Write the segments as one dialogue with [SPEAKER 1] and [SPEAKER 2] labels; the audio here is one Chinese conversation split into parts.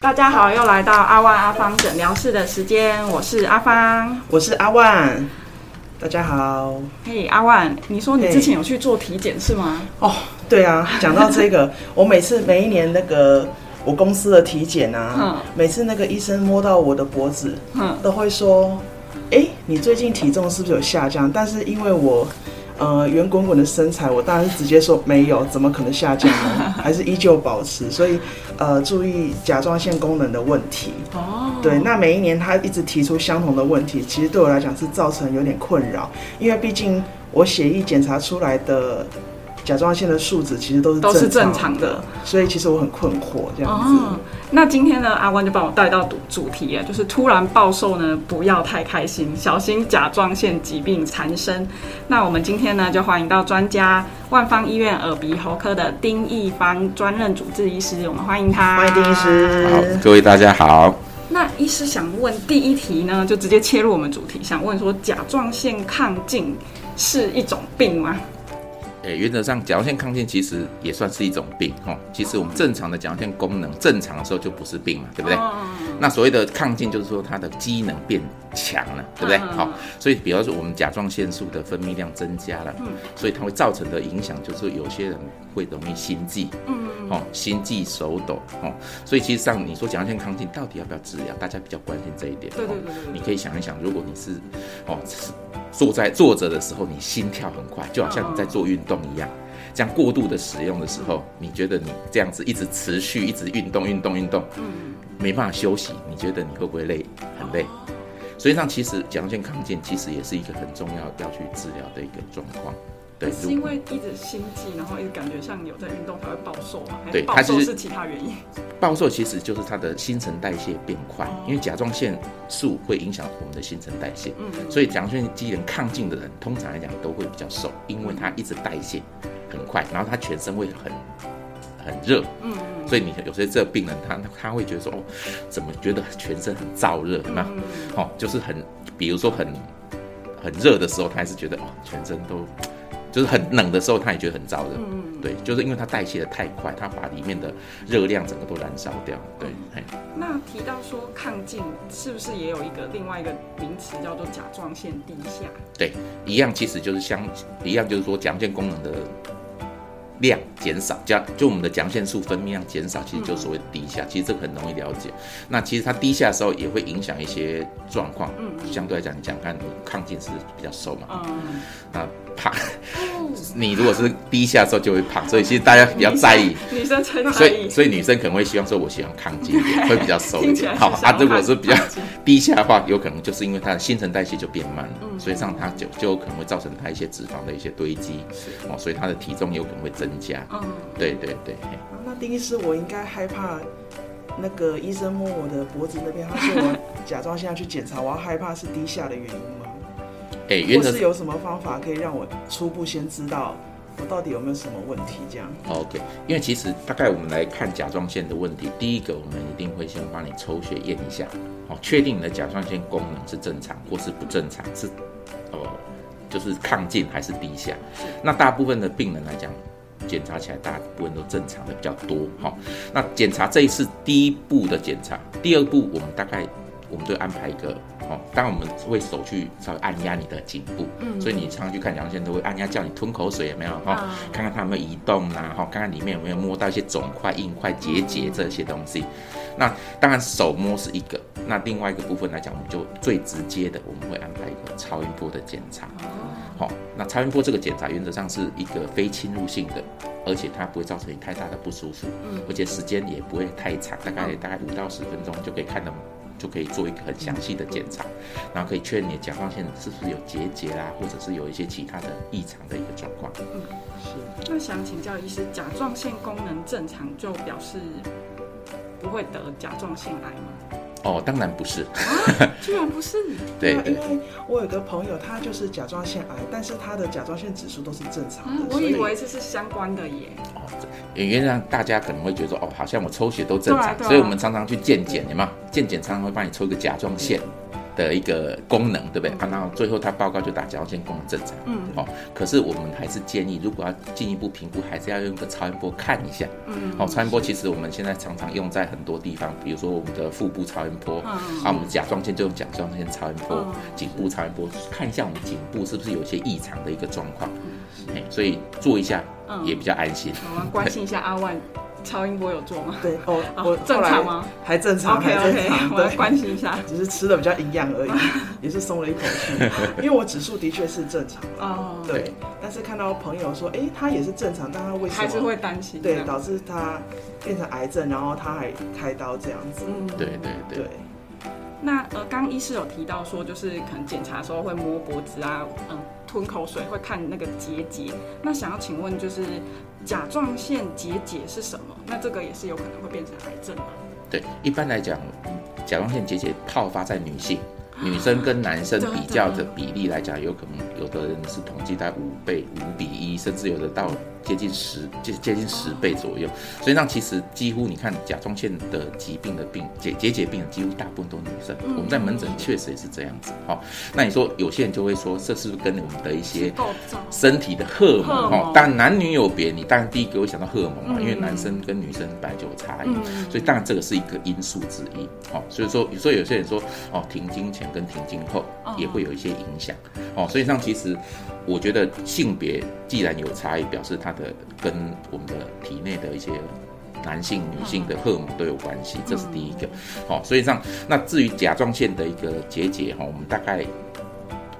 [SPEAKER 1] 大家好，又来到阿万阿芳诊疗室的时间，我是阿芳。
[SPEAKER 2] 我是阿万，大家好。
[SPEAKER 1] 嘿、阿万，你说你
[SPEAKER 2] 嘿
[SPEAKER 1] 之前有去做体检是吗？
[SPEAKER 2] 哦，对啊，讲到这个， 我每次每一年那个我公司的体检啊，
[SPEAKER 1] 嗯
[SPEAKER 2] 每次那个医生摸到我的脖子，
[SPEAKER 1] 嗯，
[SPEAKER 2] 都会说：“哎、你最近体重是不是有下降？”但是因为我。呃，圆滚滚的身材，我当然是直接说没有，怎么可能下降呢？还是依旧保持，所以呃，注意甲状腺功能的问题。
[SPEAKER 1] 哦，
[SPEAKER 2] 对，那每一年他一直提出相同的问题，其实对我来讲是造成有点困扰，因为毕竟我血液检查出来的甲状腺的数值其实都是
[SPEAKER 1] 都是正
[SPEAKER 2] 常
[SPEAKER 1] 常的，
[SPEAKER 2] 所以其实我很困惑这样子。
[SPEAKER 1] 哦，那今天呢，阿弯就帮我带到主主题啊，就是突然暴瘦呢，不要太开心，小心甲状腺疾病缠身。那我们今天呢，就欢迎到专家万方医院耳鼻喉科的丁义芳专任主治医师，我们欢迎他。
[SPEAKER 2] 欢迎丁医师
[SPEAKER 1] 好
[SPEAKER 2] 嗯
[SPEAKER 3] 好，各位大家好。
[SPEAKER 1] 那医师想问第一题呢，就直接切入我们主题，想问说甲状腺亢进是一种病吗？
[SPEAKER 3] 诶、哎原则上甲状腺亢进其实也算是一种病哈。其实我们正常的甲状腺功能正常的时候就不是病嘛，对不对？
[SPEAKER 1] 哦
[SPEAKER 3] 那所谓的亢进就是说它的机能变强了，对不对？
[SPEAKER 1] 嗯
[SPEAKER 3] 好、所以比方说我们甲状腺素的分泌量增加了，
[SPEAKER 1] 嗯
[SPEAKER 3] 所以它会造成的影响就是有些人会容易心悸，嗯，哦，心悸、手抖，哦，所以其实上你说甲状腺亢进到底要不要治疗，大家比较关心这一点。
[SPEAKER 1] 对对
[SPEAKER 3] 哦
[SPEAKER 1] 对对对
[SPEAKER 3] 你可以想一想，如果你是哦是坐在坐着的时候，你心跳很快，就好像你在做运动一样。这样过度的使用的时候，你觉得你这样子一直持续一直运动运动运动，
[SPEAKER 1] 嗯
[SPEAKER 3] 没办法休息，你觉得你会不会累？很累。所以上其实甲状腺亢进其实也是一个很重要要去治疗的一个状况。对，
[SPEAKER 1] 是
[SPEAKER 3] 如
[SPEAKER 1] 因为一直心悸，然后一直感觉像有在运动才会暴瘦嘛？还是
[SPEAKER 3] 对
[SPEAKER 1] 暴
[SPEAKER 3] 它
[SPEAKER 1] 瘦
[SPEAKER 3] 就是
[SPEAKER 1] 是其他原因。
[SPEAKER 3] 暴瘦其实就是它的新陈代谢变快，因为甲状腺素会影响我们的新陈代谢，所以甲状腺机能亢进的人，通常来讲都会比较瘦，因为它一直代谢很快，然后他全身会很很热，嗯，所以你有些这病人他他会觉得说哦，怎么觉得全身很燥热，那、哦就是很，比如说很很热的时候，他还是觉得哦全身都。就是很冷的时候，他也觉得很燥热，对，就是因为它代谢的太快，它把里面的热量整个都燃烧掉，对，嘿
[SPEAKER 1] 那提到说亢进，是不是也有一个另外一个名词叫做甲状腺低下？
[SPEAKER 3] 对，一样其实就是相一样，就是说甲状腺功能的量减少，这样就我们的甲状腺素分泌量减少，其实就所谓的低下，其实这个很容易了解。那其实它低下的时候也会影响一些状况，相对来讲，你讲看你亢进是比较瘦嘛，
[SPEAKER 1] 嗯，
[SPEAKER 3] 那胖，你如果是低下的时候就会胖，所以其实大家比较在意。
[SPEAKER 1] 女生才
[SPEAKER 3] 所
[SPEAKER 1] 在
[SPEAKER 3] 以，
[SPEAKER 1] 意，
[SPEAKER 3] 所以女生可能会希望说，我喜欢抗击一点，会比较瘦一
[SPEAKER 1] 听起来
[SPEAKER 3] 点。
[SPEAKER 1] 是
[SPEAKER 3] 好
[SPEAKER 1] 想
[SPEAKER 3] 啊
[SPEAKER 1] 要，
[SPEAKER 3] 如果是比较
[SPEAKER 1] 抗击
[SPEAKER 3] 低下的话，有可能就是因为它的新陈代谢就变慢了，
[SPEAKER 2] 嗯
[SPEAKER 3] 所以上它就就有可能会造成它一些脂肪的一些堆积，哦，所以它的体重有可能会增加。
[SPEAKER 2] 哦
[SPEAKER 1] 嗯，
[SPEAKER 3] 对对对，嘿
[SPEAKER 2] 啊那丁医师，我应该害怕那个医生摸我的脖子那边，他说我甲状腺要去检查，我要害怕是低下的原因吗？
[SPEAKER 3] 哎、原
[SPEAKER 2] 或
[SPEAKER 3] 则
[SPEAKER 2] 是有什么方法可以让我初步先知道我到底有没有什么问题？这样
[SPEAKER 3] 哦 OK，因为其实大概我们来看甲状腺的问题，第一个我们一定会先帮你抽血验一下，哦，确定你的甲状腺功能是正常或是不正常，是哦、就是亢进还是低下。那大部分的病人来讲，检查起来大部分都正常的比较多，哈、那检查这一次第一步的检查，第二步我们大概我们就安排一个哦，当然我们会手去稍微按压你的颈部，嗯，所以你常常去看甲状腺都会按压，叫你吞口水有没有哈、
[SPEAKER 1] 啊
[SPEAKER 3] 看看它有没有移动啦、哈、看看里面有没有摸到一些肿块、硬块、结节这些东西。那当然手摸是一个，那另外一个部分来讲，我们就最直接的，我们会安排一个超音波的检查。
[SPEAKER 1] 哦
[SPEAKER 3] 好、那超音波这个检查原则上是一个非侵入性的，而且它不会造成你太大的不舒服，
[SPEAKER 1] 嗯
[SPEAKER 3] 而且时间也不会太长，大概大概五到十分钟就可以看到，就可以做一个很详细的检查，然后可以确认你的甲状腺是不是有结节啦，或者是有一些其他的异常的一个状况。
[SPEAKER 2] 是
[SPEAKER 1] 那想请教医师，甲状腺功能正常就表示不会得甲状腺癌吗？
[SPEAKER 3] 哦，当然不是，
[SPEAKER 1] 居然不是，
[SPEAKER 3] 对
[SPEAKER 2] 啊
[SPEAKER 3] 对
[SPEAKER 2] 因为我有个朋友，他就是甲状腺癌，但是他的甲状腺指数都是正常
[SPEAKER 1] 啊
[SPEAKER 2] 的，
[SPEAKER 1] 我
[SPEAKER 2] 嗯所以
[SPEAKER 1] 以为这是相关的耶。
[SPEAKER 3] 哦，这原则上大家可能会觉得说哦，好像我抽血都正
[SPEAKER 1] 对啊
[SPEAKER 3] 常，
[SPEAKER 1] 对啊
[SPEAKER 3] 所以我们常常去健检，有没有？健检常常会帮你抽一个甲状腺，的一个功能，对不对？啊，然后最后他报告就打甲状腺功能正常，
[SPEAKER 1] 嗯，
[SPEAKER 3] 好、可是我们还是建议，如果要进一步评估，还是要用个超音波看一下，
[SPEAKER 1] 嗯，
[SPEAKER 3] 好、超音波其实我们现在常常用在很多地方，比如说我们的腹部超音波，
[SPEAKER 1] 嗯
[SPEAKER 3] 啊，我们甲状腺就用甲状腺超音波，
[SPEAKER 2] 哦
[SPEAKER 1] 嗯
[SPEAKER 3] 颈部超音波，看一下我们颈部是不是有一些异常的一个状况，哎、所以做一下
[SPEAKER 1] 嗯
[SPEAKER 3] 也比较安心。
[SPEAKER 1] 我们关心一下阿万，超音波有做吗？
[SPEAKER 2] 对哦，
[SPEAKER 1] 啊
[SPEAKER 2] 我
[SPEAKER 1] 正
[SPEAKER 2] 后来
[SPEAKER 1] 常吗
[SPEAKER 2] 还正常，
[SPEAKER 1] ？OK
[SPEAKER 2] 还正
[SPEAKER 1] OK，
[SPEAKER 2] 常，
[SPEAKER 1] 我要
[SPEAKER 2] 对
[SPEAKER 1] 关心一下。
[SPEAKER 2] 只是吃的比较营养 而已，也是松了一口气。因为我指数的确是正常啦，
[SPEAKER 1] 哦，
[SPEAKER 2] 对。但是看到朋友说，哎、他也是正常，但他为什么
[SPEAKER 1] 还是会担心。
[SPEAKER 2] 对导致他变成癌症，然后他还开刀这样子？
[SPEAKER 1] 嗯，
[SPEAKER 3] 对对对
[SPEAKER 2] 对，
[SPEAKER 1] 那呃，刚刚医师有提到说，就是可能检查的时候会摸脖子啊，嗯，吞口水会看那个结节。那想要请问，就是甲状腺结节是什么？那这个也是有可能会变成癌症吗？
[SPEAKER 3] 对，一般来讲，甲状腺结节好发在女性，女生跟男生比较的比例来讲，有可能有的人是统计在五倍、五比一，甚至有的到接近十、接接近十倍左右。所以那其实几乎你看甲状腺的疾病的病结结节病人，几乎大部分都是女生。
[SPEAKER 1] 嗯
[SPEAKER 3] 我们在门诊确实也是这样子。好、那你说有些人就会说，这是不是跟我们的一些
[SPEAKER 1] 构造。
[SPEAKER 3] 身体的荷尔蒙
[SPEAKER 1] 荷尔
[SPEAKER 3] 哈
[SPEAKER 1] 蒙，
[SPEAKER 3] 但男女有别，你当然第一个会想到荷尔蒙嘛，
[SPEAKER 1] 嗯
[SPEAKER 3] 因为男生跟女生本来就有差异，
[SPEAKER 1] 嗯
[SPEAKER 3] 所以当然这个是一个因素之一哦。所以说，所以有些人说哦，停经前跟停经后
[SPEAKER 1] 哦
[SPEAKER 3] 也会有一些影响哦。所以上其实我觉得性别既然有差异，表示它的跟我们的体内的一些。男性、女性的荷尔蒙都有关系，这是第一个。
[SPEAKER 1] 嗯
[SPEAKER 3] 好、所以上那至于甲状腺的一个结节哈、哦，我们大概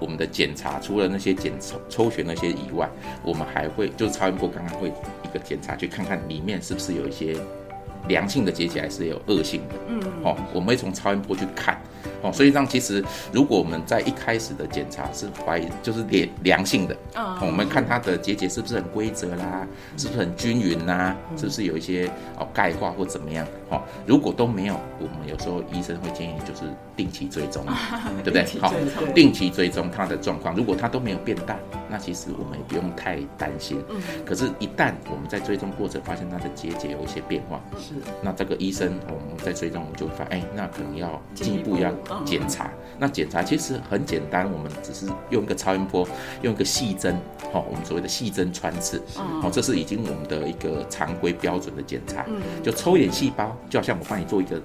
[SPEAKER 3] 我们的检查除了那些检抽抽血那些以外，我们还会就是超音波刚刚会一个检查，去看看里面是不是有一些良性的结节，还是有恶性的。
[SPEAKER 1] 嗯，
[SPEAKER 3] 哦，我们会从超音波去看。哦，所以让其实如果我们在一开始的检查是怀疑就是良良性的，
[SPEAKER 1] 嗯
[SPEAKER 3] 哦我们看它的结节是不是很规则啦，是不是很均匀啦，
[SPEAKER 1] 嗯
[SPEAKER 3] 是不是有一些哦钙化或怎么样？哦，如果都没有，我们有时候医生会建议就是定期追 踪，对不对
[SPEAKER 1] 定期？
[SPEAKER 3] 好、
[SPEAKER 1] 追踪
[SPEAKER 3] 定期追踪它的状况，如果它都没有变大，那其实我们也不用太担心。
[SPEAKER 1] 嗯
[SPEAKER 3] 可是，一旦我们在追踪过程发现它的结节有一些变化，
[SPEAKER 2] 是
[SPEAKER 3] 那这个医生我们在追踪，我们就会发现，哎，那可能要进一步嗯要检查。那检查其实很简单，我们只是用一个超音波，用一个细针，哦，我们所谓的细针穿刺，哦，这是已经我们的一个常规标准的检查，就抽眼细胞，就好像我帮你做一个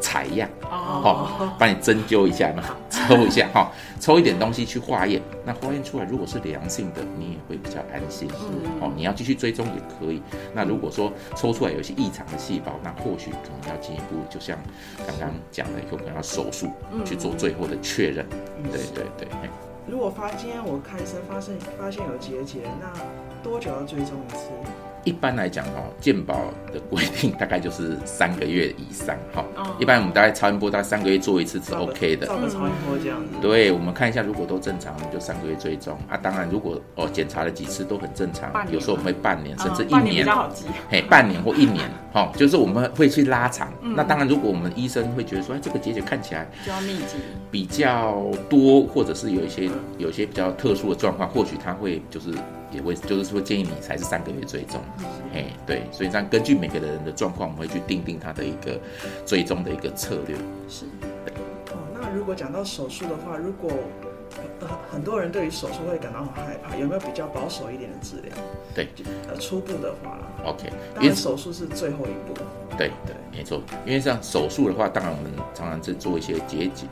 [SPEAKER 3] 采样，
[SPEAKER 1] 嗯
[SPEAKER 3] 哦，帮你针灸一下 嘛，抽一下哈、抽一点东西去化验。那化验出来如果是良性的，你也会比较安心。哦，你要继续追踪也可以。那如果说抽出来有一些异常的细胞，那或许可能要进一步，就像刚刚讲的，有可能要手术去做最后的确认。对对对，哎
[SPEAKER 2] 嗯如果发今天我看医生发现发现有结节，那多久要追踪一次？
[SPEAKER 3] 一般来讲哦，健保的规定大概就是三个月以上哈。
[SPEAKER 1] 哦
[SPEAKER 3] 一般我们大概超音波大概三个月做一次是
[SPEAKER 2] 照个
[SPEAKER 3] OK 的。
[SPEAKER 2] 照个超音波这样子。
[SPEAKER 3] 对，我们看一下，如果都正常，我们就三个月追踪啊。当然，如果哦检查了几次都很正常
[SPEAKER 1] 半，年嗯
[SPEAKER 3] 有时候我们会半年甚至一
[SPEAKER 1] 半比
[SPEAKER 3] 年
[SPEAKER 1] 较，好记。
[SPEAKER 3] 嘿，半年或一 年，哦，就是我们会去拉长。
[SPEAKER 1] 嗯
[SPEAKER 3] 那当然，如果我们医生会觉得说，哎，这个结节看起来
[SPEAKER 1] 就要密集。
[SPEAKER 3] 比较多，或者是有一些有一些比较特殊的状况，或许他会就是也会就是说建议你才是三个月追踪，
[SPEAKER 1] 嗯
[SPEAKER 3] 哎，对，所以这样根据每个人的状况，我们会去定定他的一个追踪的一个策略。
[SPEAKER 1] 是，
[SPEAKER 2] 哦，那如果讲到手术的话，如果呃很多人对于手术会感到很害怕，有没有比较保守一点的治疗？
[SPEAKER 3] 对
[SPEAKER 2] 就，呃，初步的话啦，
[SPEAKER 3] OK，
[SPEAKER 2] 当
[SPEAKER 3] 因为
[SPEAKER 2] 然手术是最后一步。
[SPEAKER 3] 对对，没错。因为像手术的话，当然我们常常是做一些结节，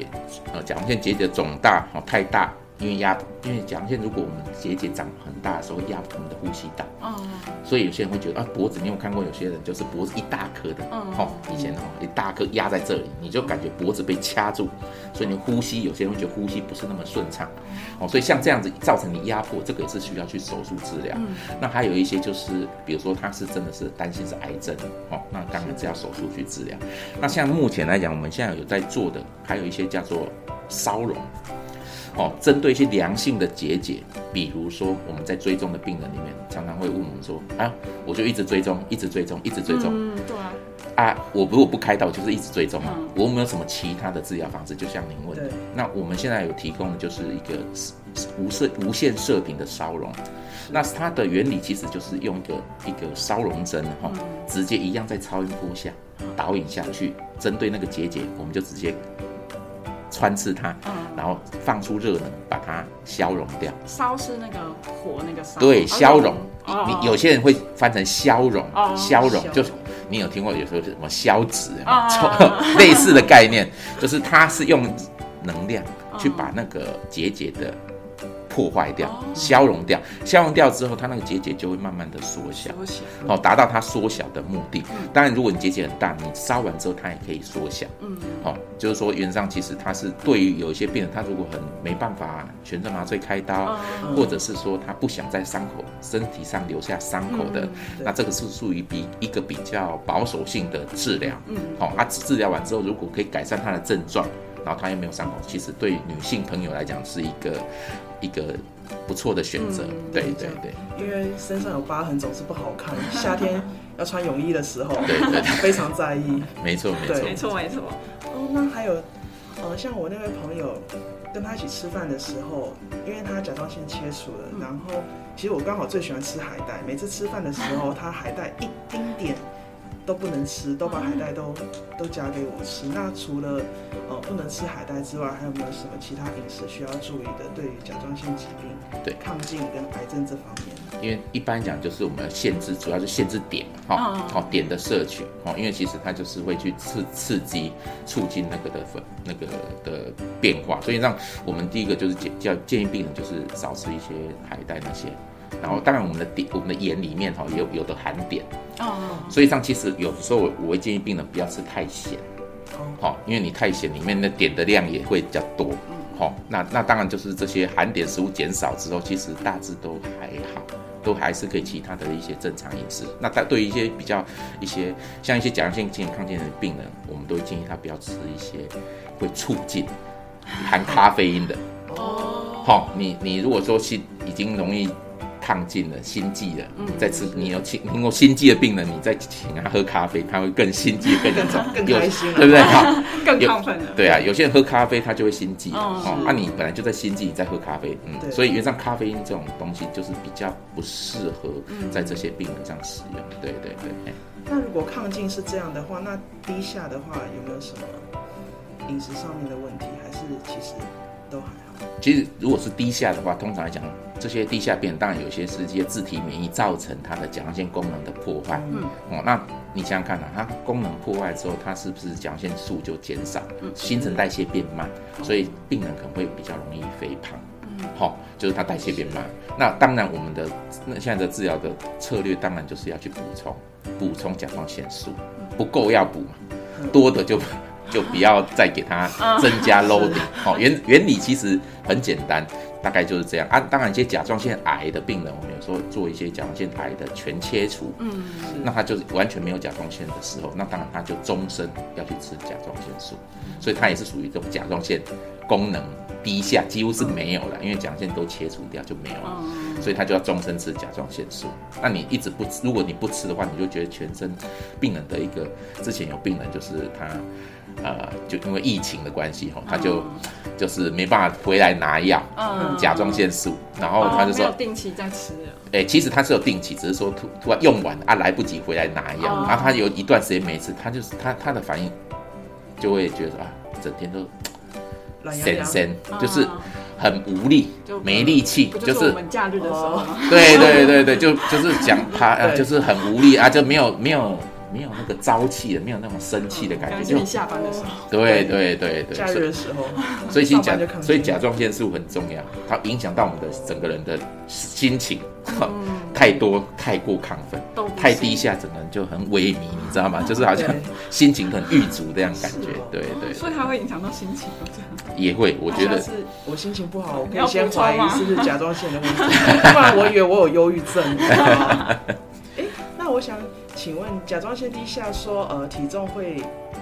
[SPEAKER 3] 呃，甲状腺结节肿大哦太大，因为压，因为甲状腺如果我们结节长很大的时候，会压迫我们的呼吸道，
[SPEAKER 1] 哦，
[SPEAKER 3] 所以有些人会觉得啊，脖子，你有看过有些人就是脖子一大颗的，
[SPEAKER 1] 嗯
[SPEAKER 3] 哦，以前哦一大颗压在这里，你就感觉脖子被掐住，所以你呼吸，有些人会觉得呼吸不是那么顺畅，哦，所以像这样子造成你压迫，这个也是需要去手术治疗。那还有一些就是，比如说他是真的是担心是癌症，哦，那当然是要手术去治疗。那像目前来讲，我们现在有在做的，还有一些叫做烧容。哦，针对一些良性的结节，比如说我们在追踪的病人里面，常常会问我们说，啊，我就一直追踪，一直追踪，一直追踪、
[SPEAKER 1] 嗯，对啊，
[SPEAKER 3] 啊，我如果不开刀，我就是一直追踪啊，
[SPEAKER 1] 嗯
[SPEAKER 3] 我有没有什么其他的治疗方式？就像您问的
[SPEAKER 2] 对，
[SPEAKER 3] 那我们现在有提供的就是一个无射无线射频的烧容，那它的原理其实就是用一个一个烧容针
[SPEAKER 1] 嗯
[SPEAKER 3] 哈、直接一样在超音波下导引下去，针对那个结节，我们就直接。穿刺它，
[SPEAKER 1] 嗯，
[SPEAKER 3] 然后放出热能把它消融掉。
[SPEAKER 1] 烧是那个火那个烧，
[SPEAKER 3] 对，
[SPEAKER 1] 哦
[SPEAKER 3] 消融。
[SPEAKER 1] 哦
[SPEAKER 3] 你有些人会翻成消融
[SPEAKER 1] 哦，
[SPEAKER 3] 消融
[SPEAKER 2] 消
[SPEAKER 3] 就是你有听过有时候是什么消脂有没有
[SPEAKER 1] 哦
[SPEAKER 3] 错类似的概念， 就是它是用能量去
[SPEAKER 1] 嗯
[SPEAKER 3] 把那个结节的破坏掉
[SPEAKER 1] 哦、
[SPEAKER 3] 消融掉，消融掉之后，它那个结节就会慢慢的缩小。
[SPEAKER 1] 休息，
[SPEAKER 3] 哦，达到它缩小的目的。当然，如果你结节很大，你烧完之后它也可以缩小。
[SPEAKER 1] 嗯，
[SPEAKER 3] 哦，就是说，原则上其实它是对于有一些病人，他如果很没办法全身麻醉开刀，
[SPEAKER 1] 嗯
[SPEAKER 3] 或者是说他不想在伤口身体上留下伤口的，那这个是属于比一个比较保守性的治疗。
[SPEAKER 1] 嗯
[SPEAKER 3] 好、他治治疗完之后，如果可以改善他的症状，然后他又没有伤口，其实对女性朋友来讲是一个一个不错的选择。
[SPEAKER 1] 嗯
[SPEAKER 3] 对
[SPEAKER 2] 没
[SPEAKER 3] 对
[SPEAKER 2] 错
[SPEAKER 3] 对
[SPEAKER 2] 因为身上有疤痕总是不好 看，夏天要穿泳衣的时候
[SPEAKER 3] 对对，
[SPEAKER 2] 非常在意。
[SPEAKER 3] 没错没错
[SPEAKER 2] 对
[SPEAKER 1] 没。错没错，
[SPEAKER 2] 哦，那还有，呃，像我那位朋友，跟他一起吃饭的时候，因为他甲状腺切除了，
[SPEAKER 3] 嗯
[SPEAKER 2] 然后其实我刚好最喜欢吃海带，每次吃饭的时 候，他海带一丁点都不能吃，都把海带都
[SPEAKER 3] 嗯
[SPEAKER 2] 都夹给我吃。那除了呃不能吃海带之外，还有没有什么其他饮食需要注意的？对于甲状腺疾病、
[SPEAKER 3] 对
[SPEAKER 2] 亢进跟癌症这方面，
[SPEAKER 3] 因为一般讲就是我们要限制，主要是限制点嘛，哈、
[SPEAKER 1] 嗯
[SPEAKER 3] 哦，点的摄取，哦，因为其实它就是会去刺刺激、促进那个的分那个的变化，所以让我们第一个就是建叫建议病人就是少吃一些海带那些，然后当然我们的点我们的盐里面哈、也有有的含碘，
[SPEAKER 1] 哦，
[SPEAKER 3] 所以上其实有时候我我会建议病人不要吃太咸，
[SPEAKER 2] 哦，、
[SPEAKER 3] 好、因为你太咸，里面的碘的量也会比较多，好、那那当然就是这些含碘食物减少之后，其实大致都还好，都还是可以其他的一些正常饮食。那但对于一些比较一些像一些甲状腺健康健的病人，我们都会建议他不要吃一些会促进含咖啡因的，
[SPEAKER 1] 哦，
[SPEAKER 3] 好、你你如果说心已经容易亢进了、心悸了，你再吃，你有听听过心悸的病人，你再请他喝咖啡，他会更心悸、更严重
[SPEAKER 2] 更
[SPEAKER 3] 哦有
[SPEAKER 2] 开心了
[SPEAKER 3] 对不对？好，
[SPEAKER 1] 更
[SPEAKER 3] 有
[SPEAKER 1] 亢奋了，
[SPEAKER 3] 对啊，有些人喝咖啡他就会心悸，
[SPEAKER 1] 哦
[SPEAKER 3] 哦，那、啊、你本来就在心悸，你再喝咖啡，
[SPEAKER 2] 对
[SPEAKER 3] 嗯，所以原上咖啡因这种东西就是比较不适合在这些病人上使用，对对对，哎
[SPEAKER 2] 那如果亢进是这样的话，那低下的话有没有什么饮食上面的问题？还是其实都还好？
[SPEAKER 3] 其实如果是低下的话，通常来讲，这些低下病人当然有些是一些自体免疫造成它的甲状腺功能的破坏，
[SPEAKER 2] 嗯
[SPEAKER 3] 哦，那你想想看啊，它功能破坏之后，它是不是甲状腺素就减少，新陈代谢变慢，所以病人可能会比较容易肥胖。好、就是它代谢变慢。那当然，我们的那现在的治疗的策略，当然就是要去补充补充甲状腺素，不够要补嘛，多的就就不要再给它增加 loading。好、原原理其实很简单，大概就是这样啊。当然，一些甲状腺癌的病人，我们有时候做一些甲状腺癌的全切除，
[SPEAKER 1] 嗯，
[SPEAKER 3] 那他就是完全没有甲状腺的时候，那当然他就终身要去吃甲状腺素，所以他也是属于这种甲状腺功能低下，几乎是没有了，因为甲状腺都切除掉就没有了，
[SPEAKER 1] 嗯，
[SPEAKER 3] 所以他就要终身吃甲状腺素。那你一直不吃，如果你不吃的话，你就觉得全身病人的一个，之前有病人就是他，呃，就因为疫情的关系吼，他就、就是没办法回来拿药，
[SPEAKER 1] 嗯
[SPEAKER 3] 甲状腺素，然后
[SPEAKER 1] 哦，
[SPEAKER 3] 他就
[SPEAKER 1] 没
[SPEAKER 3] 说
[SPEAKER 1] 有定期在吃了，
[SPEAKER 3] 哎、其实他是有定期，只是说突突然用完啊，来不及回来拿药，
[SPEAKER 1] 哦
[SPEAKER 3] 然后他有一段时间没吃，他就是他他的反应就会觉得说啊，整天
[SPEAKER 1] 哦
[SPEAKER 3] 都
[SPEAKER 2] 懒洋
[SPEAKER 3] 神
[SPEAKER 2] 洋，
[SPEAKER 3] 神，
[SPEAKER 1] 嗯
[SPEAKER 3] 就是很无力
[SPEAKER 1] 就，
[SPEAKER 3] 没力气
[SPEAKER 1] 不，
[SPEAKER 3] 就
[SPEAKER 1] 嗯就是
[SPEAKER 3] 是哦
[SPEAKER 1] 我们假日的时候吗？
[SPEAKER 3] 对对对对，就就是讲他啊，
[SPEAKER 2] 对
[SPEAKER 3] 就是很无力啊，就没有没有没有那个朝气了，没有那种生气的感
[SPEAKER 1] 刚
[SPEAKER 3] 觉，
[SPEAKER 1] 是
[SPEAKER 3] 就
[SPEAKER 1] 你下班的时候，
[SPEAKER 3] 对对对对，
[SPEAKER 2] 假
[SPEAKER 3] 所以
[SPEAKER 2] 日的时候，
[SPEAKER 3] 所以其实甲
[SPEAKER 2] 上班就亢进
[SPEAKER 3] 所以甲状腺素很重要，它影响到我们的整个人的心情，
[SPEAKER 1] 嗯
[SPEAKER 3] 太多太过亢奋
[SPEAKER 1] 都不，
[SPEAKER 3] 太低下，整个人就很萎靡，你知道
[SPEAKER 1] 嗯
[SPEAKER 3] 吗？就是好像
[SPEAKER 2] 对
[SPEAKER 3] 心情很郁卒这样感觉
[SPEAKER 2] 是哦。
[SPEAKER 3] 对对，
[SPEAKER 1] 所以它会影响到心情，这样。
[SPEAKER 3] 也会，我觉得
[SPEAKER 1] 好像是
[SPEAKER 2] 我心情不好，我
[SPEAKER 1] 你
[SPEAKER 2] 可
[SPEAKER 1] 要
[SPEAKER 2] 以
[SPEAKER 1] 补
[SPEAKER 2] 先怀
[SPEAKER 1] 充
[SPEAKER 2] 疑
[SPEAKER 1] 吗
[SPEAKER 2] 是不是甲状腺的问题，不然我以为我有忧郁症。你知道吗诶那我想请问，甲状腺低下说呃体重会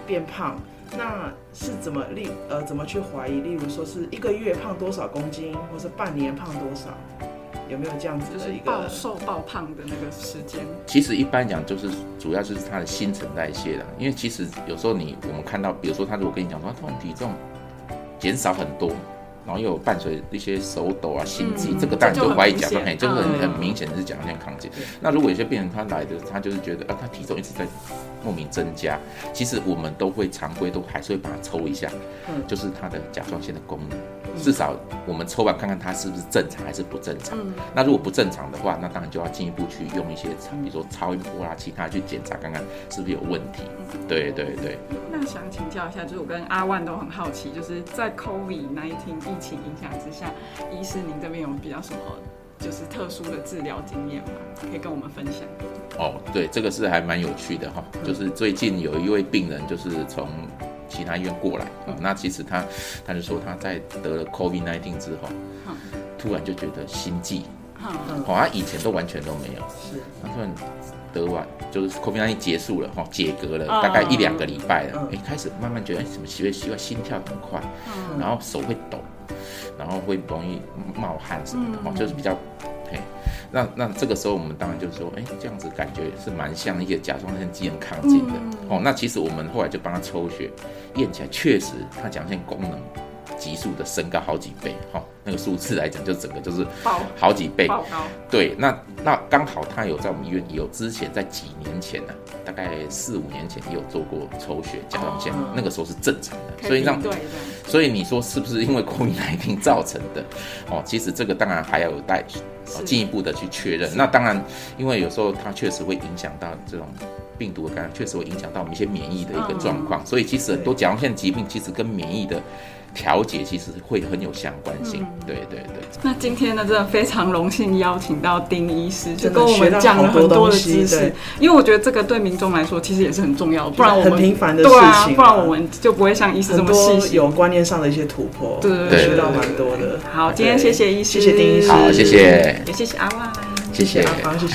[SPEAKER 2] 变胖，那是怎么例呃怎么去怀疑？例如说是一个月胖多少公斤，或是半年胖多少，有没有这样子
[SPEAKER 1] 就
[SPEAKER 2] 的
[SPEAKER 1] 是
[SPEAKER 2] 一个？
[SPEAKER 1] 暴瘦暴胖的那个时间，
[SPEAKER 3] 其实一般讲就是主要就是它的新陈代谢啦，因为其哦实有时候你我们看到，比如说他如果跟你讲说他体重减少很多，然后又有伴随一些手抖啊、心悸，
[SPEAKER 1] 嗯
[SPEAKER 3] 这个当然
[SPEAKER 1] 这就
[SPEAKER 3] 就
[SPEAKER 1] 很
[SPEAKER 3] 怀疑
[SPEAKER 1] 明
[SPEAKER 3] 甲状
[SPEAKER 1] 显
[SPEAKER 3] 腺，就是
[SPEAKER 1] 嗯
[SPEAKER 3] 很很明显的是甲状腺亢进。那如果有些病人他来的，他就是觉得啊，他体重一直在莫名增加，其实我们都会常规都还是会把它抽一下，
[SPEAKER 2] 嗯
[SPEAKER 3] 就是他的甲状腺的功能，
[SPEAKER 1] 嗯
[SPEAKER 3] 至少我们抽完看看它是不是正常还是不正常。
[SPEAKER 1] 嗯
[SPEAKER 3] 那如果不正常的话，那当然就要进一步去用一些超，比如
[SPEAKER 1] 嗯
[SPEAKER 3] 说超音波啦，啊其他去检查看看是不是有问题。
[SPEAKER 1] 嗯
[SPEAKER 3] 对对对，
[SPEAKER 1] 那想请教一下，就是我跟阿万都很好奇，就是在 COVID 1 9疫情影响之下，医师您这边有比较什么就是特殊的治疗经验吗？可以跟我们分享？
[SPEAKER 3] 哦，对，这个是还蛮有趣的哈、
[SPEAKER 1] 嗯
[SPEAKER 3] 就是最近有一位病人就是从。其他医院过来，
[SPEAKER 1] 嗯
[SPEAKER 3] 哦那其实他，他就说他在得了 COVID-19 之后
[SPEAKER 1] 嗯，
[SPEAKER 3] 突然就觉得心悸，
[SPEAKER 1] 嗯
[SPEAKER 3] 好、他以前都完全都没有，
[SPEAKER 2] 是，
[SPEAKER 3] 他突然得完就是 COVID-19 结束了哈，解隔了
[SPEAKER 1] 嗯
[SPEAKER 3] 大概一两个礼拜了，
[SPEAKER 2] 嗯
[SPEAKER 3] 哎、开始慢慢觉得哎怎么奇怪奇怪，心跳很快，
[SPEAKER 1] 嗯
[SPEAKER 3] 然后手会抖，然后会容易冒汗什么的哈、
[SPEAKER 1] 嗯
[SPEAKER 3] 就是比较，嘿，那那这个时候我们当然就说，哎，这样子感觉是蛮像一些甲状腺机能亢进的、
[SPEAKER 1] 嗯
[SPEAKER 3] 哦。那其实我们后来就帮他抽血验起来，确实他甲状腺功能急速的升高好几倍哈、那个数字来讲，就整个就是
[SPEAKER 1] 报
[SPEAKER 3] 好几
[SPEAKER 2] 哎
[SPEAKER 3] 倍，
[SPEAKER 1] 报告，
[SPEAKER 3] 对，那那刚好他有在我们医院也有之前在几年前呢、大概四五年前也有做过抽血甲状腺，
[SPEAKER 1] 哦
[SPEAKER 3] 那个时候是正常的，
[SPEAKER 1] 可
[SPEAKER 3] 所以让
[SPEAKER 1] 比对的，
[SPEAKER 3] 所以你说是不是因为 COVID 1 9造成的？哦，其实这个当然还要有待
[SPEAKER 1] 是
[SPEAKER 3] 呃进一步的去确认。那当然，因为有时候它确实会影响到这种病毒的感染，确实会影响到我们一些免疫的一个状
[SPEAKER 1] 嗯
[SPEAKER 3] 况。所以其实很多甲状腺疾病其实跟免疫的调节其实会很有相关性。
[SPEAKER 1] 嗯
[SPEAKER 3] 对对对。
[SPEAKER 1] 那今天呢，真的非常荣幸邀请到丁医师，就
[SPEAKER 2] 真的
[SPEAKER 1] 跟我
[SPEAKER 2] 学
[SPEAKER 1] 们
[SPEAKER 2] 到
[SPEAKER 1] 讲了
[SPEAKER 2] 好
[SPEAKER 1] 很
[SPEAKER 2] 多
[SPEAKER 1] 多的
[SPEAKER 2] 东西
[SPEAKER 1] 知识
[SPEAKER 2] 对，
[SPEAKER 1] 因为我觉得这个对民众来说其实也是很重要的，不然我们
[SPEAKER 2] 很平凡的事
[SPEAKER 1] 对啊
[SPEAKER 2] 情，啊
[SPEAKER 1] 不然我们就不会像医师这
[SPEAKER 2] 很
[SPEAKER 1] 么
[SPEAKER 2] 多
[SPEAKER 1] 细心。
[SPEAKER 2] 有观念上的一些突破，
[SPEAKER 1] 对对
[SPEAKER 3] 对
[SPEAKER 2] 学到
[SPEAKER 3] 对
[SPEAKER 2] 蛮多的。
[SPEAKER 1] 好，今天
[SPEAKER 2] 对
[SPEAKER 1] 谢谢医师，
[SPEAKER 2] 谢谢丁医师
[SPEAKER 3] 好，谢谢，
[SPEAKER 1] 也谢谢阿万。
[SPEAKER 3] 谢
[SPEAKER 2] 谢
[SPEAKER 3] 谢
[SPEAKER 2] 谢阿芳，谢谢。